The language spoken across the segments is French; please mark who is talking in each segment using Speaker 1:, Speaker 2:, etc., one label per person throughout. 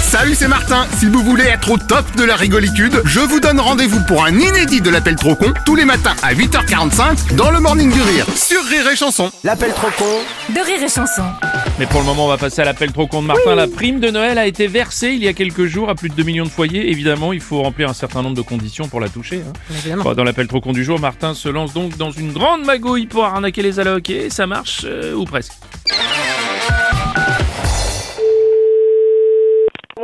Speaker 1: Salut, c'est Martin. Si vous voulez être au top de la rigolitude, je vous donne rendez-vous pour un inédit de l'appel trop con tous les matins à 8h45 dans le Morning du Rire sur Rire et Chanson.
Speaker 2: L'appel trop con
Speaker 3: de rire et chanson.
Speaker 4: Mais pour le moment, on va passer à l'appel trop con de Martin. La prime de Noël a été versée il y a quelques jours à plus de 2 millions de foyers. Évidemment, il faut remplir un certain nombre de conditions pour la toucher. hein. Bon, Dans l'appel trop con du jour, Martin se lance donc dans une grande magouille pour arnaquer les allocs. Et ça marche, euh, ou presque.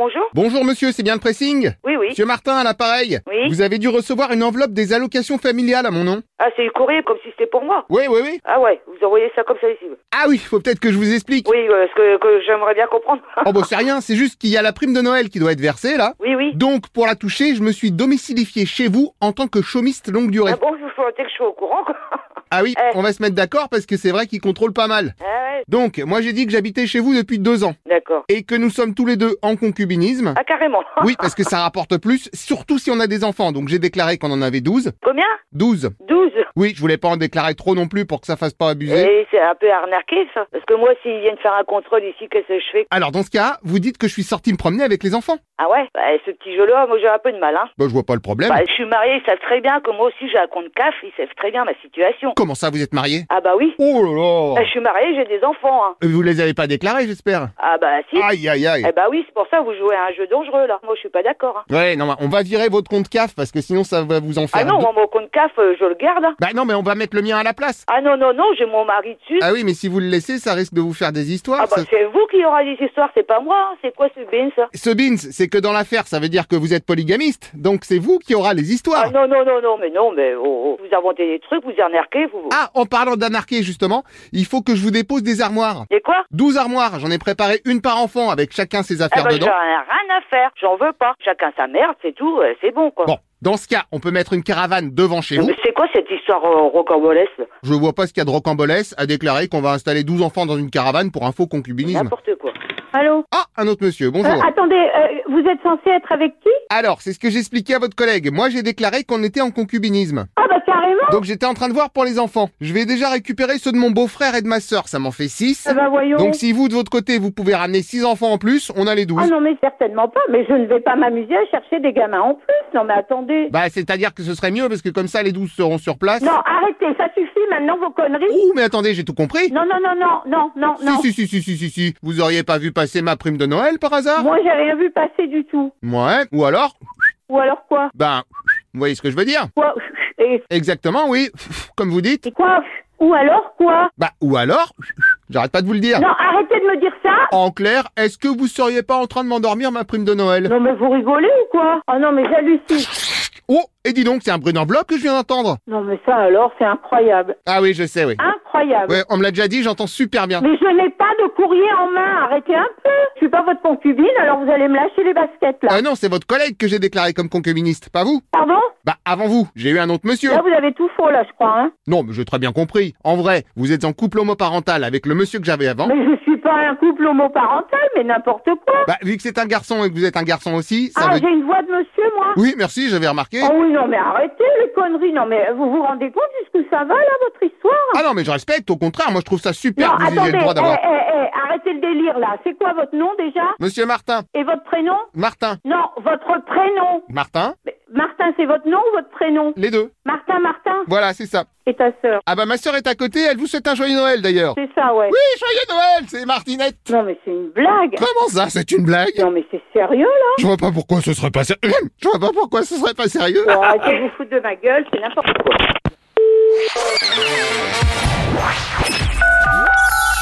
Speaker 5: Bonjour.
Speaker 1: Bonjour monsieur, c'est bien le pressing
Speaker 5: Oui, oui.
Speaker 1: Monsieur Martin à l'appareil.
Speaker 5: Oui.
Speaker 1: Vous avez dû recevoir une enveloppe des allocations familiales à mon nom.
Speaker 5: Ah, c'est le courrier comme si c'était pour moi.
Speaker 1: Oui, oui, oui.
Speaker 5: Ah ouais, vous envoyez ça comme ça ici.
Speaker 1: Ah oui, faut peut-être que je vous explique.
Speaker 5: Oui, euh, ce que, que j'aimerais bien comprendre.
Speaker 1: Oh bah c'est rien, c'est juste qu'il y a la prime de Noël qui doit être versée là.
Speaker 5: oui, oui.
Speaker 1: Donc pour la toucher, je me suis domicilifié chez vous en tant que chômiste longue durée.
Speaker 5: Ah bon, Eh. vous souhaitez que je sois au courant, quoi.
Speaker 1: Ah oui, on va se mettre d'accord parce que c'est vrai qu'il contrôle pas mal.
Speaker 5: Ah ouais,
Speaker 1: Donc moi j'ai dit que j'habitais chez vous depuis deux ans
Speaker 5: d'accord.
Speaker 1: et que nous sommes tous les deux en concubinisme.
Speaker 5: Ah, carrément.
Speaker 1: Oui, parce que ça rapporte plus, surtout si on a des enfants. Donc j'ai déclaré qu'on en avait 12.
Speaker 5: Combien
Speaker 1: 12.
Speaker 5: 12.
Speaker 1: Oui, je voulais pas en déclarer trop non plus pour que ça fasse pas abuser.
Speaker 5: Et c'est un peu arnaqué, ça. Parce que moi, s'ils viennent faire un contrôle ici, qu'est-ce que je fais
Speaker 1: Alors dans ce cas, vous dites que je suis sorti me promener avec les enfants.
Speaker 5: Ah ouais Bah, ce petit jeu-là, moi, j'ai un peu de mal, hein.
Speaker 1: Bah je vois pas le problème.
Speaker 5: Bah, je suis mariée, ils savent très bien que moi aussi, j'ai un compte CAF, ils savent très bien ma situation.
Speaker 1: Comment ça, vous êtes marié
Speaker 5: Ah bah oui.
Speaker 1: Oh là
Speaker 5: Bah,
Speaker 1: là
Speaker 5: je suis mariée, j'ai des enfants, hein.
Speaker 1: Vous les avez pas déclarés, j'espère.
Speaker 5: Ah bah si.
Speaker 1: Aïe aïe aïe.
Speaker 5: Eh bah oui, c'est pour ça que vous jouez à un jeu dangereux, là. Moi, je suis pas d'accord, hein.
Speaker 1: Ouais, non, on va virer votre compte CAF parce que sinon ça va vous en faire.
Speaker 5: Ah non,
Speaker 1: deux.
Speaker 5: moi, mon compte CAF, euh, je le garde. hein.
Speaker 1: Bah non, mais on va mettre le mien à la place.
Speaker 5: Ah non, non, non, j'ai mon mari dessus. Ah,
Speaker 1: Ah oui, mais si vous le laissez, ça risque de vous faire des histoires.
Speaker 5: bah,
Speaker 1: ça-
Speaker 5: c'est vous qui aura des histoires, c'est pas moi. hein. C'est quoi ce bin, ça
Speaker 1: Ce Beans, c'est que dans l'affaire, ça veut dire que vous êtes polygamiste, donc c'est vous qui aura les histoires.
Speaker 5: Ah non, non, non, non, mais non, mais oh, oh. vous inventez des trucs, vous arnaquez, vous. vous-
Speaker 1: Ah, en parlant d'anarchie, justement, il faut que je vous dépose des armoires.
Speaker 5: Et quoi
Speaker 1: 12 armoires, j'en ai préparé une par enfant avec chacun ses
Speaker 5: Eh
Speaker 1: affaires
Speaker 5: ben, j'en
Speaker 1: dedans.
Speaker 5: ai rien à faire, j'en veux pas. Chacun sa merde, c'est tout, euh, c'est bon, quoi.
Speaker 1: Bon, dans ce cas, on peut mettre une caravane devant chez vous.
Speaker 5: Mais c'est quoi cette histoire euh, rocambolesque là
Speaker 1: Je vois pas ce qu'il y a de rocambolesque à déclarer qu'on va installer 12 enfants dans une caravane pour un faux concubinisme.
Speaker 5: N'importe quoi.
Speaker 6: Allô
Speaker 1: Ah, un autre monsieur,
Speaker 6: Euh,
Speaker 1: bonjour.
Speaker 6: Attendez, euh, vous êtes censé être avec qui
Speaker 1: Alors, c'est ce que j'expliquais à votre collègue. Moi, j'ai déclaré qu'on était en concubinisme.
Speaker 6: Ah bah carrément
Speaker 1: Donc, j'étais en train de voir pour les enfants. Je vais déjà récupérer ceux de mon beau-frère et de ma sœur, ça m'en fait 6.
Speaker 6: Ah bah voyons
Speaker 1: Donc si vous, de votre côté, vous pouvez ramener 6 enfants en plus, on a les 12.
Speaker 6: Ah non mais certainement pas, mais je ne vais pas m'amuser à chercher des gamins en plus, non mais attendez
Speaker 1: Bah, c'est-à-dire que ce serait mieux, parce que comme ça, les 12 seront sur place.
Speaker 6: Non, arrêtez, ça suffit maintenant vos conneries
Speaker 1: Ouh, mais attendez, j'ai tout compris.
Speaker 6: Non, non, non, non, non, non, non
Speaker 1: Si, si, si, si, si, si, si. Vous auriez pas vu passer ma prime de Noël, par hasard
Speaker 6: Moi j'ai rien vu passer du tout
Speaker 1: Ouais. Ou alors,
Speaker 6: Ou alors quoi
Speaker 1: ben, vous voyez ce que je veux dire
Speaker 6: Quoi Et
Speaker 1: Exactement, oui. Comme vous dites.
Speaker 6: et quoi Ou alors quoi
Speaker 1: Bah, ou alors, j'arrête pas de vous le dire.
Speaker 6: Non, arrêtez de me dire ça
Speaker 1: En clair, est-ce que vous seriez pas en train de m'endormir ma prime de Noël
Speaker 6: Non mais vous rigolez ou quoi Oh non mais j'hallucine
Speaker 1: Oh, et dis donc, c'est un bruit d'enveloppe que je viens d'entendre.
Speaker 6: Non mais ça alors, c'est incroyable
Speaker 1: Ah oui, je sais, oui.
Speaker 6: Incroyable
Speaker 1: Ouais, on me l'a déjà dit, j'entends super bien.
Speaker 6: Mais je n'ai pas de courrier en main, arrêtez un peu. Je suis pas votre concubine, alors vous allez me lâcher les baskets là.
Speaker 1: Ah non, c'est votre collègue que j'ai déclaré comme concubiniste, pas vous
Speaker 6: Pardon
Speaker 1: Bah, avant vous, j'ai eu un autre monsieur.
Speaker 6: Là vous avez tout faux là, je crois. Hein
Speaker 1: Non, mais j'ai très bien compris. En vrai, vous êtes en couple homoparental avec le monsieur que j'avais avant.
Speaker 6: mais je suis pas un couple homoparental, mais n'importe quoi.
Speaker 1: Bah, vu que c'est un garçon et que vous êtes un garçon aussi, ça
Speaker 6: ah,
Speaker 1: veut...
Speaker 6: j'ai une voix de monsieur moi.
Speaker 1: Oui, merci, j'avais remarqué.
Speaker 6: Oh oui, non mais arrêtez les conneries, non mais vous vous rendez compte jusqu'où ça va là votre histoire
Speaker 1: Ah non, mais je respecte, au contraire, moi je trouve ça super
Speaker 6: Non,
Speaker 1: que Ah, vous ayez
Speaker 6: attendez,
Speaker 1: le droit d'avoir...
Speaker 6: eh, eh, eh, arrêtez le délire là. C'est quoi votre nom déjà
Speaker 1: Monsieur Martin,
Speaker 6: Et votre prénom
Speaker 1: Martin,
Speaker 6: Non, votre prénom.
Speaker 1: Martin,
Speaker 6: Mais Martin, c'est votre nom ou votre prénom
Speaker 1: les deux.
Speaker 6: Martin, Martin
Speaker 1: Voilà, c'est ça.
Speaker 6: et ta sœur.
Speaker 1: Ah bah ma sœur est à côté, elle vous souhaite un joyeux Noël d'ailleurs.
Speaker 6: C'est ça, ouais.
Speaker 1: Oui, joyeux Noël, c'est Martinette.
Speaker 6: Non mais c'est une blague.
Speaker 1: Comment ça, c'est une blague
Speaker 6: Non mais c'est sérieux là
Speaker 1: Je vois pas pourquoi ce serait pas sérieux. Je vois pas pourquoi ce serait pas sérieux.
Speaker 6: Bon, Oh, Arrêtez de vous foutre de ma gueule, c'est n'importe quoi.